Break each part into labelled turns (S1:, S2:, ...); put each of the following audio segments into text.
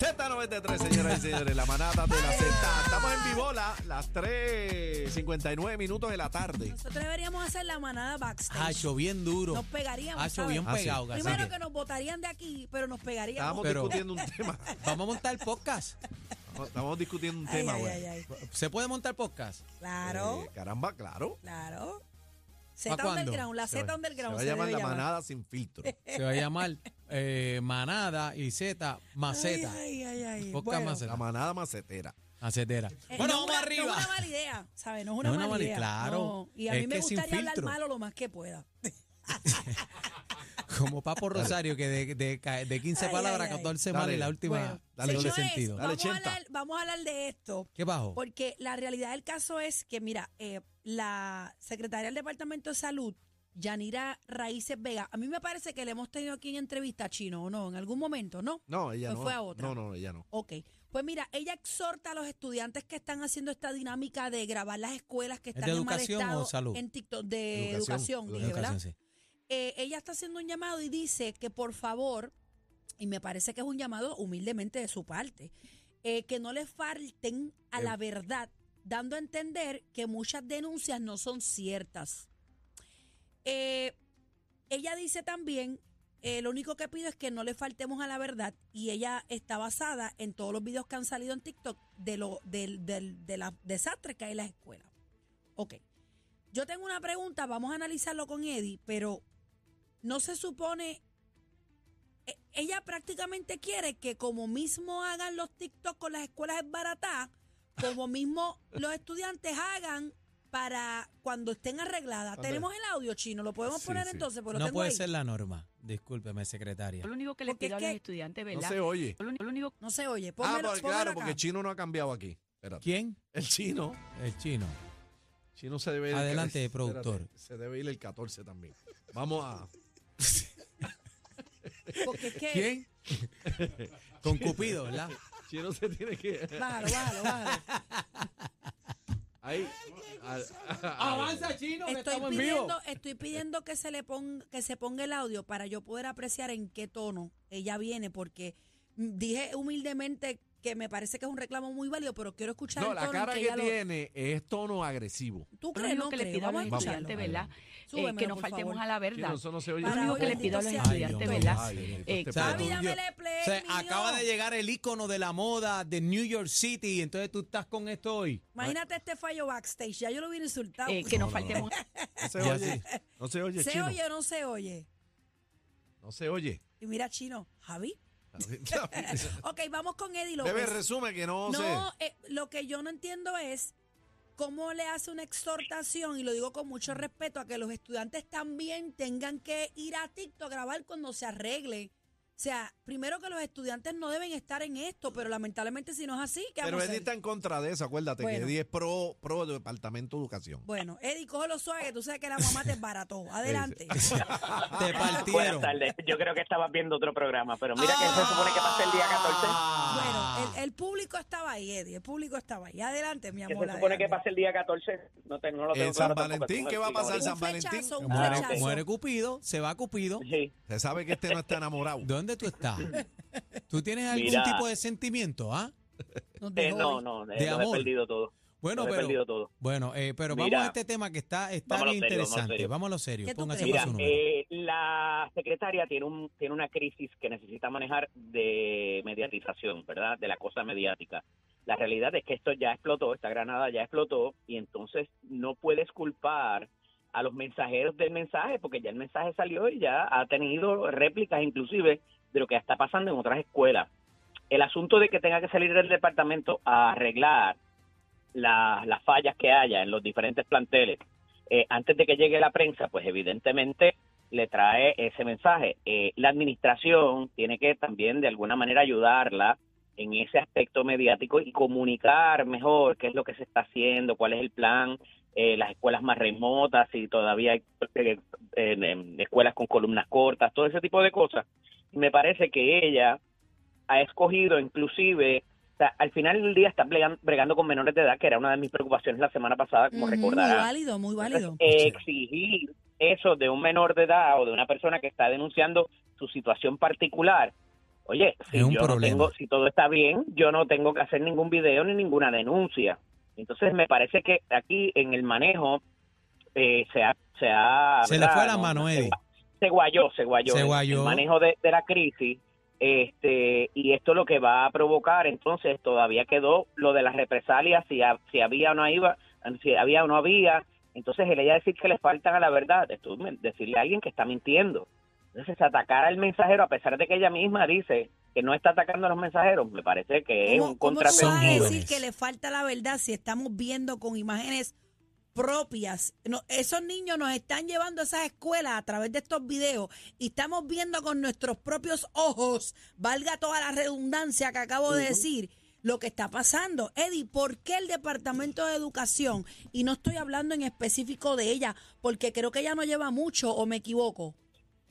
S1: Z93, señoras y señores, la manada de la Z. Estamos en Vivola, las 3.59 minutos de la tarde.
S2: Nosotros deberíamos hacer la manada backstage.
S3: Hacho Ah, bien duro.
S2: Nos pegaríamos.
S3: Hacho
S2: ¿sabes?
S3: bien
S1: Ah, sí.
S3: pegado,
S2: Primero
S3: cacique.
S2: que nos votarían de aquí, pero nos pegaríamos.
S1: Estábamos
S3: Pero-
S1: discutiendo un tema.
S3: Vamos a montar podcast.
S1: Estábamos discutiendo un
S2: Ay,
S1: tema,
S2: ay,
S1: güey.
S2: ay, ay.
S3: ¿Se puede montar podcast?
S2: Claro,
S1: Eh, caramba, claro.
S2: claro. Z
S3: cuándo?
S2: Underground, la
S3: Se va-
S2: Z
S1: Se
S2: Underground.
S1: va a
S2: se
S1: llamar
S2: debe
S1: la manada sin filtro.
S3: Se va a llamar eh, Manada y Z, Maceta.
S2: Ay, ay, ay, ay.
S3: Podcast
S2: Bueno,
S3: Maceta.
S1: La manada macetera.
S3: Macetera.
S2: eh,
S3: bueno,
S2: no una-
S3: vamos arriba.
S2: No es una mala idea, ¿sabes? No es una,
S3: No es una
S2: mala
S3: mala-
S2: idea.
S3: claro.
S2: no. Y a
S3: Es
S2: mí me
S3: que sin
S2: gustaría hablar
S3: filtro.
S2: malo lo más que pueda.
S3: Como Papo Rosario, que de, de ca- de 15
S2: Ay,
S3: palabras,
S2: ay, ay.
S3: 14
S1: Dale.
S3: mal y la última
S1: Bueno,
S3: dale,
S1: dale,
S3: doble
S2: Señores,
S1: Chente.
S3: sentido.
S1: Dale,
S2: Vamos, a
S1: Chenta.
S2: hablar, vamos a hablar de esto.
S3: ¿Qué bajo?
S2: Porque la realidad del caso es que, mira, eh, la secretaria del Departamento de Salud, Yanira Raíces Vega, a mí me parece que le hemos tenido aquí en entrevista chino, ¿o no? En algún momento, ¿no?
S1: No, ella
S2: Pues
S1: no.
S2: fue a otra.
S1: No, no, ella no.
S2: Ok. Pues mira, ella exhorta a los estudiantes que están haciendo esta dinámica de grabar las escuelas que
S3: ¿Es de
S2: están en mal
S3: educación
S2: estado
S3: o salud?
S2: en TikTok de
S1: Educación,
S2: educación, dije,
S3: Educación,
S2: ¿verdad?
S3: sí.
S2: eh, ella está haciendo un llamado y dice que por favor, y me parece que es un llamado humildemente de su parte, eh, que no le falten a la verdad, dando a entender que muchas denuncias no son ciertas. Eh, ella dice también, eh, lo único que pido es que no le faltemos a la verdad y ella está basada en todos los videos que han salido en TikTok de, lo, del del- de los desastres que hay en las escuelas. Ok. Yo tengo una pregunta, vamos a analizarlo con Eddie, pero no se supone. e- Ella prácticamente quiere que, como mismo hagan los TikTok con las escuelas baratadas, como mismo los estudiantes hagan para cuando estén arregladas.
S1: Ándale.
S2: Tenemos el audio chino, lo podemos
S1: Sí,
S2: poner
S1: sí.
S2: entonces, porque pues lo
S3: No
S2: tengo
S3: puede
S2: ahí.
S3: ser la norma. Discúlpeme, secretaria.
S4: Lo único que les
S2: Porque
S4: pido
S2: es
S4: a los
S2: Pues que-
S4: estudiantes,
S1: No
S4: ¿verdad?
S1: se oye.
S4: Lo uni- lo único
S2: No se oye.
S1: Ah,
S2: Pónmelo,
S1: pues, claro,
S2: pónmelo
S1: porque
S2: acá.
S1: Chino no ha cambiado aquí. Espérate.
S3: ¿Quién?
S1: El chino.
S3: El chino.
S1: Chino se debe ir.
S3: Adelante,
S1: el- espérate,
S3: productor.
S1: Se debe ir el 14 también. Vamos a.
S2: Porque es que.
S3: ¿Quién? Con Cupido, ¿verdad?
S1: Chino se tiene que.
S2: Bájalo, bájalo, bájalo.
S1: Ahí. Al-
S3: chino,
S2: Estoy pidiendo, estoy pidiendo que se le ponga, que se ponga el audio para yo poder apreciar en qué tono ella viene, porque mm, dije humildemente que me parece que es un reclamo muy válido, pero quiero escuchar
S1: No,
S2: el
S1: la
S2: tono en
S1: cara
S2: que
S1: que
S2: ella lo-
S1: tiene es tono agresivo.
S2: ¿Tú
S4: lo
S2: crees?
S4: único
S2: No
S4: que les
S2: creo.
S4: pido a
S2: Vamos
S4: los
S2: a escucharlo.
S4: estudiantes, ¿verdad? Eh,
S2: Súbemelo,
S4: que no
S2: por
S4: faltemos
S2: favor.
S4: a la verdad.
S1: Chino, eso no se oye.
S2: Para
S4: Lo único que les
S2: bendito
S4: pido a los
S2: sea
S4: estudiantes,
S2: Dios.
S4: ¿verdad?
S1: Ay, bendito,
S4: Eh,
S1: este
S3: sea,
S2: Ah,
S3: tú-
S1: pueblo.
S2: mira,
S3: yo-
S2: vele play,
S3: O sea,
S2: mi
S3: acaba
S2: Dios.
S3: de llegar el ícono de la moda de New York City y entonces tú estás con esto hoy.
S2: Imagínate este fallo backstage. Ya yo lo hubiera insultado.
S4: eh, que
S1: No,
S4: no
S1: no,
S4: faltemos.
S1: No se
S3: Ya
S1: oye.
S3: sí.
S1: No se oye,
S2: ¿Se
S1: chino.
S2: oye o no se oye?
S1: No se oye.
S2: Y mira, chino, Javi. Ok, vamos con Eddie López.
S1: Debe resume que no, se.
S2: No, eh, lo que yo no entiendo es cómo le hace una exhortación, y lo digo con mucho respeto, a que los estudiantes también tengan que ir a TikTok a grabar cuando se arregle. O sea, primero que los estudiantes no deben estar en esto, pero lamentablemente si no es así, ¿qué
S1: Pero
S2: vamos a
S1: Eddie
S2: hacer?
S1: está en contra de eso. Acuérdate
S2: Bueno.
S1: que Eddie es pro, pro de Departamento de Educación.
S2: Bueno, Eddie, cógelo suave, que tú sabes que la mamá te barató. Adelante.
S3: Te
S5: Ah, Buenas
S3: partieron.
S5: tardes. Yo creo que estabas viendo otro programa, pero mira que se supone que
S3: Ah,
S5: pasa el día 14.
S1: Ah.
S2: Bueno, el, el público estaba ahí, Eddie, el público estaba ahí. Adelante, mi
S5: Que
S2: amor.
S5: se supone que
S2: adelante.
S5: pasa el día 14. No, te, no lo tengo
S1: En
S5: claro
S1: Eh, San
S5: tampoco,
S1: Valentín,
S5: tú me
S1: ¿qué va a
S5: explicas
S1: pasar en
S5: ahorita.
S1: San
S2: Un
S1: Valentín?
S2: flechazo, un
S3: Muere,
S2: flechazo.
S3: muere Cupido, se va Cupido.
S5: Sí.
S1: Se sabe que este no está enamorado.
S3: ¿Dónde tú estás? ¿Tú tienes algún
S5: Mira.
S3: tipo de sentimiento, ah?
S2: Nos
S5: Eh,
S2: dejó
S5: no,
S2: hoy.
S5: no,
S3: De
S5: eh, lo he
S3: amor.
S5: perdido todo.
S3: Bueno,
S5: Lo he perdido
S3: pero
S5: todo.
S3: bueno, eh, pero vamos
S5: Mira.
S3: a este tema que está, está
S5: Vamos a lo
S3: bien
S5: serio, vamos a lo
S3: interesante.
S5: serio.
S3: Vamos a lo serio.
S2: ¿Qué tú
S3: Póngase
S2: crees?
S3: para
S5: Mira,
S3: su número.
S5: eh, la secretaria tiene, un, tiene una crisis que necesita manejar de mediatización, ¿verdad? De la cosa mediática. La realidad es que esto ya explotó, esta granada ya explotó, y entonces no puedes culpar a los mensajeros del mensaje, porque ya el mensaje salió y ya ha tenido réplicas inclusive de lo que está pasando en otras escuelas. El asunto de que tenga que salir del departamento a arreglar la- las fallas que haya en los diferentes planteles eh, antes de que llegue la prensa, pues evidentemente le trae ese mensaje. Eh, la administración tiene que también de alguna manera ayudarla en ese aspecto mediático y comunicar mejor qué es lo que se está haciendo, cuál es el plan, eh, las escuelas más remotas, si todavía hay eh, en- en escuelas con columnas cortas, todo ese tipo de cosas. Me parece que ella ha escogido inclusive, o sea, al final del día está bregan- bregando con menores de edad, que era una de mis preocupaciones la semana pasada, como
S2: Ujú, muy
S5: recordarás.
S2: válido, muy válido.
S5: Entonces, eh, exigir eso de un menor de edad o de una persona que está denunciando su situación particular. Oye, si,
S3: Es un
S5: yo no
S3: problema.
S5: tengo- si todo está bien, yo no tengo que hacer ningún video ni ninguna denuncia. Entonces me parece que aquí en el manejo eh, se ha... Se, ha-
S3: Se le
S5: ¿verdad?
S3: fue la
S5: No,
S3: mano,
S5: se
S3: Eddie.
S5: gua- Se guayó, se guayó.
S3: Se
S5: el-
S3: guayó.
S5: El manejo de, de la crisis. Este, y esto lo que va a provocar, entonces todavía quedó lo de las represalias, si, ha- si había o no iba, si había o no había, entonces el ella decir que le faltan a la verdad, esto es men- decirle a alguien que está mintiendo. Entonces atacar al mensajero, a pesar de que ella misma dice que no está atacando a los mensajeros, me parece que es
S2: ¿Cómo,
S5: Eh, un
S2: cómo tú vas a
S5: contrasentido.
S2: decir que le falta la verdad si estamos viendo con imágenes propias? No, esos niños nos están llevando a esas escuelas a través de estos videos y estamos viendo con nuestros propios ojos, valga toda la redundancia que acabo de decir, lo que está pasando. Eddie, ¿por qué el Departamento de Educación, y no estoy hablando en específico de ella, porque creo que ella no lleva mucho o me equivoco?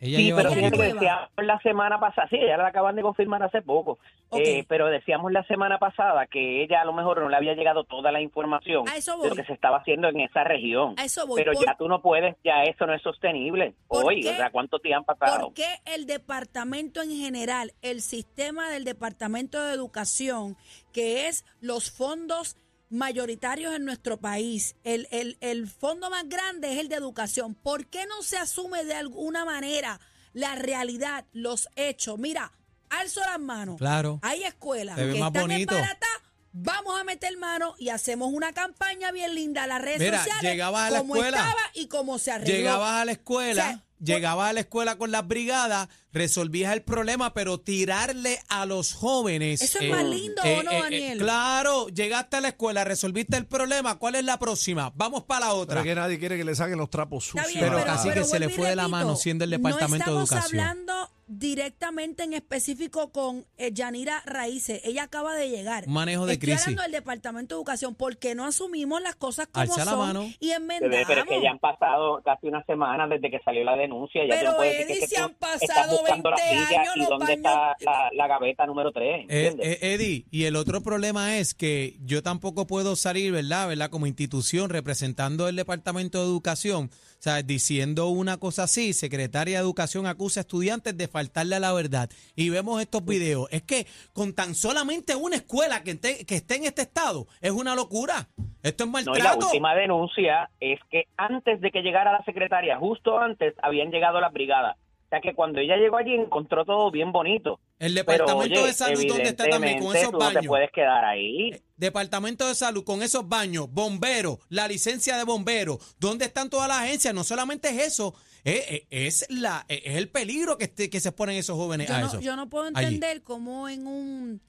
S3: Ella
S5: Sí,
S3: lleva
S5: pero
S2: un
S3: poquito.
S5: fíjate que
S2: poquito.
S5: decíamos la semana pasada, sí, ya la acaban de confirmar hace poco,
S2: Ok.
S5: Eh, pero decíamos la semana pasada que ella a lo mejor no le había llegado toda la información
S2: A eso
S5: de
S2: voy.
S5: lo que se estaba haciendo en esa región.
S2: A eso voy.
S5: Pero
S2: ¿Por
S5: ya tú no puedes, ya eso no es sostenible.
S2: ¿Por
S5: Hoy,
S2: qué?
S5: o sea, ¿cuántos días han pasado?
S2: ¿Por qué el departamento en general, el sistema del departamento de educación, que es los fondos mayoritarios en nuestro país, el, el- el fondo más grande es el de educación, ¿por qué no se asume de alguna manera la realidad, los hechos? Mira, alzo las manos.
S3: Claro.
S2: Hay escuelas
S3: Se ve
S2: que
S3: más
S2: están
S3: bonito.
S2: desbaratadas, Vamos a meter mano y hacemos una campaña bien linda a las redes
S3: Mira,
S2: sociales.
S3: llegabas a la
S2: como
S3: escuela,
S2: estaba y como se arregló.
S3: Llegabas a la escuela,
S2: O sea, por-
S3: llegabas a la escuela con las brigadas, resolvías el problema, pero tirarle a los jóvenes. eh,
S2: Eso es más lindo, ¿o no, Daniel?
S3: claro, llegaste a la escuela, resolviste el problema. ¿Cuál es la próxima? Vamos para la otra.
S1: Pero que nadie quiere que le saquen los trapos
S2: Está
S1: sucios.
S2: bien,
S3: Pero
S1: a-
S3: casi que se
S2: vuelvo
S3: le
S2: y
S3: fue de la
S2: repito,
S3: mano siendo el Departamento de
S2: no estamos
S3: Educación.
S2: hablando directamente en específico con eh, Yanira Raíces. Ella acaba de llegar.
S3: Un manejo de
S2: Estoy
S3: crisis.
S2: hablando del Departamento de Educación porque no asumimos las cosas como
S3: Alza la
S2: son
S3: mano.
S2: y
S5: Bebé,
S2: enmendamos.
S5: pero es que ya han pasado casi una semana desde que salió la denuncia. Ya tú
S2: Pero,
S5: no puedes
S2: Eddie,
S5: decir que
S2: si
S5: tú
S2: han
S5: estás
S2: pasado
S5: buscando la
S2: 20
S5: silla
S2: años,
S5: y
S2: los
S5: dónde
S2: baños-
S5: está la, la gaveta número 3,
S3: Eh,
S5: ¿entiendes?
S3: eh, Eddie, y el otro problema es que yo tampoco puedo salir, ¿verdad? ¿verdad? Como institución representando el Departamento de Educación, o sea, diciendo una cosa así, secretaria de Educación acusa a estudiantes de faltarle a la verdad. Y vemos estos videos. Es que con tan solamente una escuela que, esté- que esté en este estado, es una locura. Esto es
S5: No, y la
S3: maltrato.
S5: última denuncia es que antes de que llegara la secretaria, justo antes, habían llegado las brigadas. O sea que cuando ella llegó allí encontró todo bien bonito.
S3: el
S5: Pero
S3: Departamento de
S5: oye,
S3: Salud, ¿dónde está también con
S5: evidentemente,
S3: esos
S5: tú no te
S3: baños?
S5: puedes quedar ahí.
S3: Departamento de Salud con esos baños, bomberos, la licencia de bomberos, ¿dónde están todas las agencias? No solamente es eso, eh, eh, es, la, eh, es el peligro que, este- que se exponen esos jóvenes
S2: yo,
S3: a
S2: no,
S3: eso.
S2: yo no puedo
S3: Allí.
S2: entender cómo en un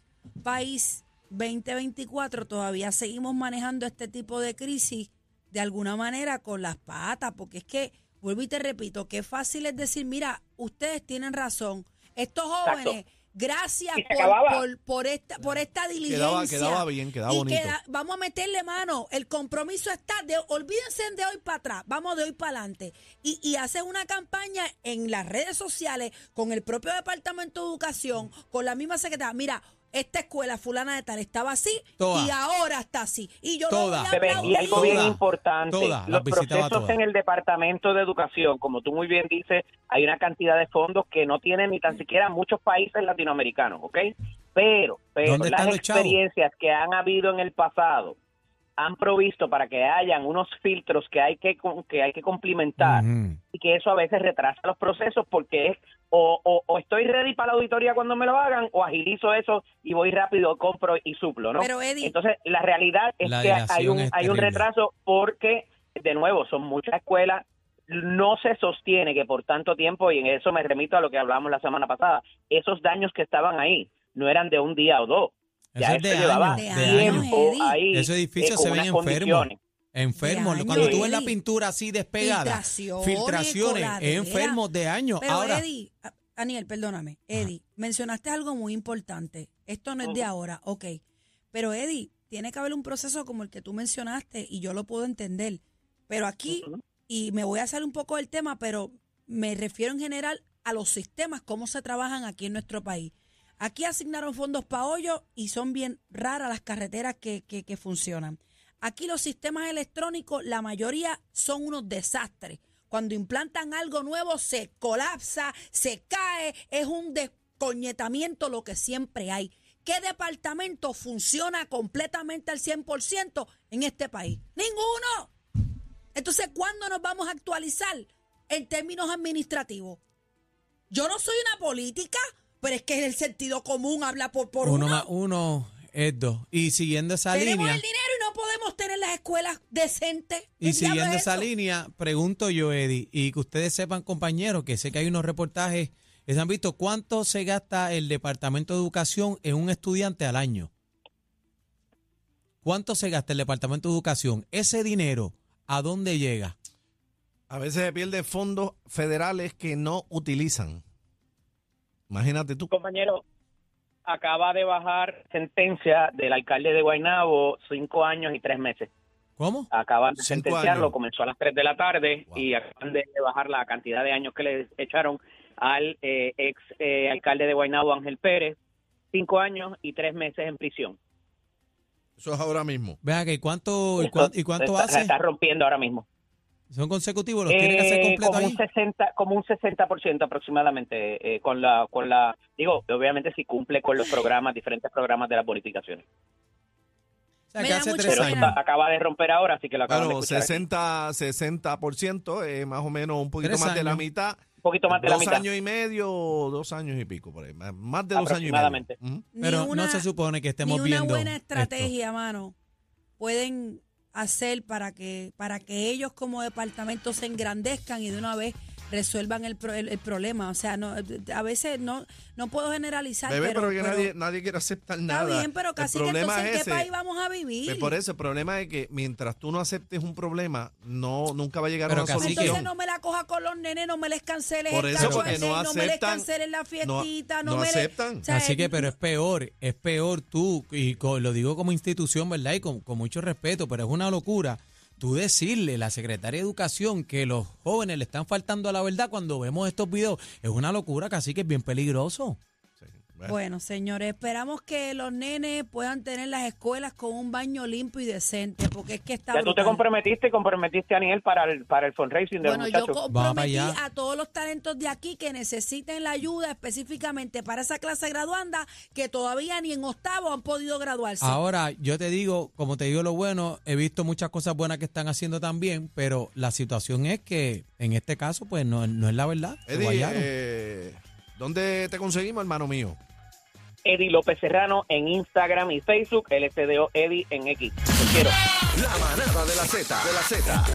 S2: país 2024 todavía seguimos manejando este tipo de crisis de alguna manera con las patas, porque es que, vuelvo y te repito, qué fácil es decir, mira, ustedes tienen razón, estos
S5: Exacto.
S2: jóvenes, gracias
S5: Y se
S2: por,
S5: acababa.
S2: por, por esta, por esta diligencia.
S1: Quedaba- quedaba bien, quedaba
S2: Y
S1: bonito.
S2: queda- vamos a meterle mano, el compromiso está, de, olvídense de hoy para atrás, vamos de hoy para adelante. Y, y haces una campaña en las redes sociales con el propio Departamento de Educación, con la misma secretaria. Mira, esta escuela fulana de tal estaba así
S3: Toda.
S2: y ahora está así. Y yo
S3: Toda.
S2: lo voy a
S5: Bebé, y
S2: aplaudir.
S5: algo bien
S3: Todas,
S5: importante,
S3: todas, las
S5: los
S3: visitaba
S5: procesos
S3: todas.
S5: en el Departamento de Educación, como tú muy bien dices, hay una cantidad de fondos que no tienen ni tan siquiera muchos países latinoamericanos, ¿ok? Pero, pero
S3: ¿Dónde están
S5: las
S3: los chavos?
S5: experiencias que han habido en el pasado han provisto para que hayan unos filtros que hay que, cum- que, hay que cumplimentar
S3: Ujú.
S5: y que eso a veces retrasa los procesos porque es o, o- o estoy ready para la auditoría cuando me lo hagan o agilizo eso y voy rápido, compro y suplo, ¿no?
S2: Pero Eddie,
S5: Entonces, la realidad es
S3: La
S5: que hay
S3: dilación
S5: un,
S3: es
S5: hay un
S3: terrible.
S5: retraso porque, de nuevo, son muchas escuelas, no se sostiene que por tanto tiempo, y en eso me remito a lo que hablábamos la semana pasada, esos daños que estaban ahí no eran de un día o dos.
S3: Eso
S5: ya
S3: es de
S5: eso llevaba
S3: años,
S2: De años,
S3: de años.
S5: tiempo
S2: Eddie.
S5: ahí. eh,
S3: Esos edificios
S5: con
S3: se ven
S5: unas
S3: enfermos.
S5: condiciones.
S3: Enfermos.
S2: De
S3: Cuando tú ves la
S2: años.
S3: pintura así despegada,
S2: Filtraciones,
S3: filtraciones,
S2: coladera.
S3: enfermos de años.
S2: Pero
S3: Ahora,
S2: Eddie, a- Aniel, perdóname, Eddie, mencionaste algo muy importante. Esto no es de
S5: Ujú.
S2: ahora, ok. Pero Eddie, tiene que haber un proceso como el que tú mencionaste y yo lo puedo entender. Pero aquí,
S5: Ujú.
S2: y me voy a salir un poco del tema, pero me refiero en general a los sistemas, cómo se trabajan aquí en nuestro país. Aquí asignaron fondos para hoyos y son bien raras las carreteras que, que- que funcionan. Aquí los sistemas electrónicos, la mayoría son unos desastres. Cuando implantan algo nuevo, se colapsa, se cae, es un descoñetamiento lo que siempre hay. ¿Qué departamento funciona completamente al 100% en este país? ¡Ninguno! Entonces, ¿cuándo nos vamos a actualizar en términos administrativos? Yo no soy una política, pero es que el sentido común habla por, por
S3: uno
S2: uno.
S3: más uno es dos. Y siguiendo esa
S2: Tenemos
S3: línea.
S2: el dinero y no podemos tener las escuelas decentes.
S3: Y
S2: El diablo
S3: siguiendo
S2: es
S3: esa
S2: Pues eso.
S3: línea, pregunto yo, Eddie, y que ustedes sepan, compañeros, que sé que hay unos reportajes que se han visto, ¿cuánto se gasta el Departamento de Educación en un estudiante al año? ¿Cuánto se gasta el Departamento de Educación? ¿Ese dinero a dónde llega?
S1: A veces se pierde fondos federales que no utilizan. Imagínate tú.
S5: Compañero, acaba de bajar sentencia del alcalde de Guaynabo, cinco años y tres meses.
S3: ¿Cómo?
S5: Acaban de
S1: Cinco
S5: sentenciarlo,
S1: años.
S5: comenzó a las 3 de la tarde
S1: Wow.
S5: y acaban de bajar la cantidad de años que le echaron al eh, ex eh, alcalde de Guaynabo, Ángel Pérez, cinco años y tres meses en prisión.
S1: Eso es ahora mismo.
S3: Vea que ¿cuánto, y
S5: Eso
S3: cuánto, y cuánto
S5: se está- Se
S3: hace?
S5: está rompiendo ahora mismo.
S3: ¿Son consecutivos? ¿Los tiene que hacer
S5: Eh,
S3: completo
S5: como
S3: ahí?
S5: un 60 como un 60% aproximadamente eh, con la con la digo obviamente si cumple con los programas diferentes programas de las bonificaciones
S3: O sea,
S2: Me
S3: que
S2: da
S3: hace
S2: mucha
S3: tres
S5: pero
S2: pena.
S3: años.
S5: está- acaba de romper ahora así que lo acaban
S1: Claro,
S5: de escuchar
S1: 60, 60%, eh, más o menos un poquito
S3: Tres
S1: más de la
S3: años.
S1: mitad.
S5: aquí. un poquito más de la
S1: dos
S5: mitad
S1: años y medio, dos años y pico, por ahí. más- Más de dos años y medio.
S5: Aproximadamente.
S1: Ujú.
S2: Ni
S3: Pero
S2: una-
S3: no se supone que
S2: ni
S3: estemos
S2: una
S3: viendo
S2: buena
S3: esto.
S2: estrategia, mano, pueden hacer para que para que ellos como departamento se engrandezcan y de una vez resuelvan el, pro- el- el problema. O sea, no, a veces no no puedo generalizar,
S1: Bebé,
S2: pero,
S1: pero, que
S2: pero-
S1: nadie, nadie quiere aceptar
S2: está
S1: nada.
S2: bien, pero casi
S1: el
S2: que
S1: problema
S2: entonces en
S1: es ese.
S2: qué país vamos a vivir.
S1: Pues por eso, el problema es que mientras tú no aceptes un problema, no nunca va a llegar
S3: Pero
S1: a una
S3: cacique.
S1: solución.
S2: Pues Entonces no me la coja con los nenes, no me les canceles
S1: Por
S2: el
S1: eso,
S2: cacho
S1: porque
S2: ese,
S1: no
S2: me les
S1: aceptan-
S2: canceles la fiestita, no,
S1: no
S2: me les-
S1: aceptan.
S2: o sea,
S3: Así que,
S2: eh,
S3: pero es peor, es peor tú, y co- lo digo como institución, ¿verdad? Y con, con mucho respeto, pero es una locura tú decirle a la secretaria de Educación que los jóvenes le están faltando a la verdad cuando vemos estos videos. Es una locura, casi que es bien peligroso.
S1: Sí, bueno.
S2: Bueno, señores, esperamos que los nenes puedan tener las escuelas con un baño limpio y decente, porque es que está
S5: ya tú te
S2: brutal.
S5: comprometiste y comprometiste a Aniel para el para el fundraising de
S2: Bueno,
S5: los
S2: yo
S5: muchachos
S3: Vamos para
S2: comprometí
S3: allá.
S2: a todos los talentos de aquí que necesiten la ayuda específicamente para esa clase graduanda que todavía ni en octavo han podido graduarse.
S3: Ahora, yo te digo, como te digo lo bueno, he visto muchas cosas buenas que están haciendo también, pero la situación es que en este caso, pues no, no es la verdad. se
S1: Eddie,
S3: guayaron.
S1: eh, ¿dónde te conseguimos, hermano mío?
S5: Eddie López Serrano en Instagram y Facebook LSDO Eddie en X Los quiero
S4: La manada de la Z, de la Z.